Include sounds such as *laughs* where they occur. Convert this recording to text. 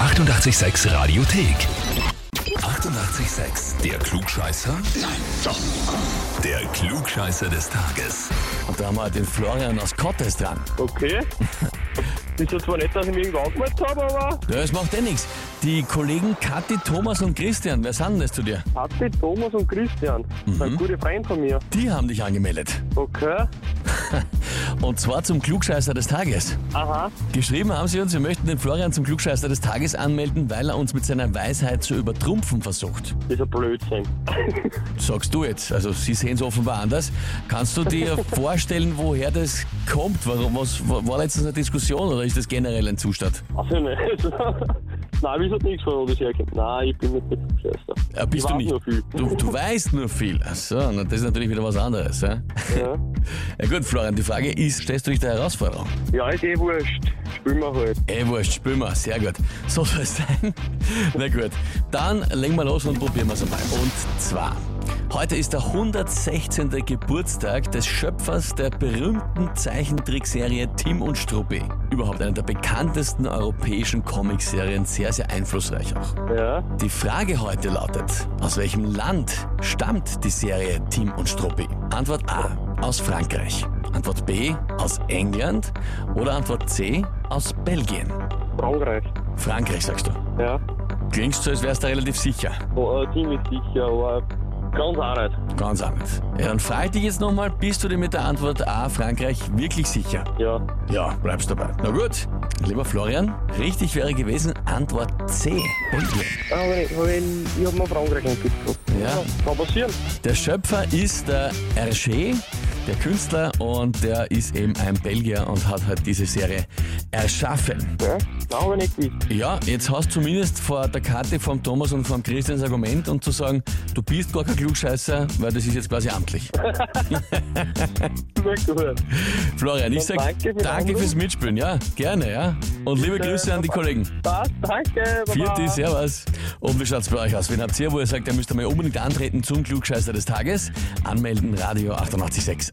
886 Radiothek. 88,6. Der Klugscheißer? Nein, doch. Der Klugscheißer des Tages. Und da haben wir den Florian aus Kottes dran. *laughs* Okay. Ist ja zwar nicht, dass ich mich irgendwo angemeldet habe, aber Ja, es macht eh nichts. Die Kollegen Kathi, Thomas und Christian, wer sind das zu dir? Patti, Thomas und Christian sind gute Freunde von mir. Die haben dich angemeldet. Okay. Und zwar zum Klugscheißer des Tages. Aha. Geschrieben haben sie uns, wir möchten den Florian zum Klugscheißer des Tages anmelden, weil er uns mit seiner Weisheit zu übertrumpfen versucht. Das ist ein Blödsinn. Sagst du jetzt, also sie sehen es offenbar anders. Kannst du *laughs* dir vorstellen, woher das kommt? Warum, was, war letztens eine Diskussion oder ist das generell ein Zustand? *laughs* Also nicht. Nein, wieso nichts von wo das herkommt? Nein, ich bin nicht der Klugscheißer. Äh, bist du ich weiß nicht? Nur viel. Du, du weißt nur viel. Achso, na, das ist natürlich wieder was anderes. Ja? Ja. ja gut, Florian, die Frage ist, stellst du dich der Herausforderung? *laughs* ja, ist eh wurscht. Spielen wir halt. Ey, Eh, wurscht, spüren wir. Sehr gut. So soll es *laughs* sein. Na gut, dann legen wir los und probieren wir es einmal. Und zwar, heute ist der 116. Geburtstag des Schöpfers der berühmten Zeichentrickserie Tim und Struppi. Überhaupt einer der bekanntesten europäischen Comicserien, sehr, sehr einflussreich auch. Ja. Die Frage heute lautet, aus welchem Land stammt die Serie Tim und Struppi? Antwort A, aus Frankreich. Antwort B, aus England. Oder Antwort C, aus Belgien. Frankreich. Frankreich, sagst du. Ja. Klingst so, als wärst du relativ sicher. Oh, äh, ziemlich sicher, aber ganz auch nicht. Ganz anders. Ja, dann frage ich dich jetzt nochmal, bist du dir mit der Antwort A, Frankreich, wirklich sicher? Ja. Ja, bleibst dabei. Na gut, lieber Florian, richtig wäre gewesen Antwort C, Belgien. Aber ich, hab ich, ich hab mir Frankreich entwickelt. Ja. Kann passieren. Der Schöpfer ist der Hergé, der Künstler, und der ist eben ein Belgier und hat halt diese Serie erschaffen. Ja. Nou, Nein, hab ich nicht gewusst. Ja, jetzt hast du zumindest vor der Karte vom Thomas und vom Christians Argument und zu sagen, du bist gar kein Klugscheißer, weil das ist jetzt quasi amtlich. Gut gehört. Florian, ich sag Danke für den danke Anruf. fürs Mitspielen, ja, gerne, ja. Und liebe Bitte, Grüße an die baba. Kollegen. Passt, danke. Vierti, servus. Und wie schaut's bei euch aus? Wen habt ihr, wo ihr sagt, ihr müsst einmal unbedingt antreten zum Klugscheißer des Tages? Anmelden, Radio 886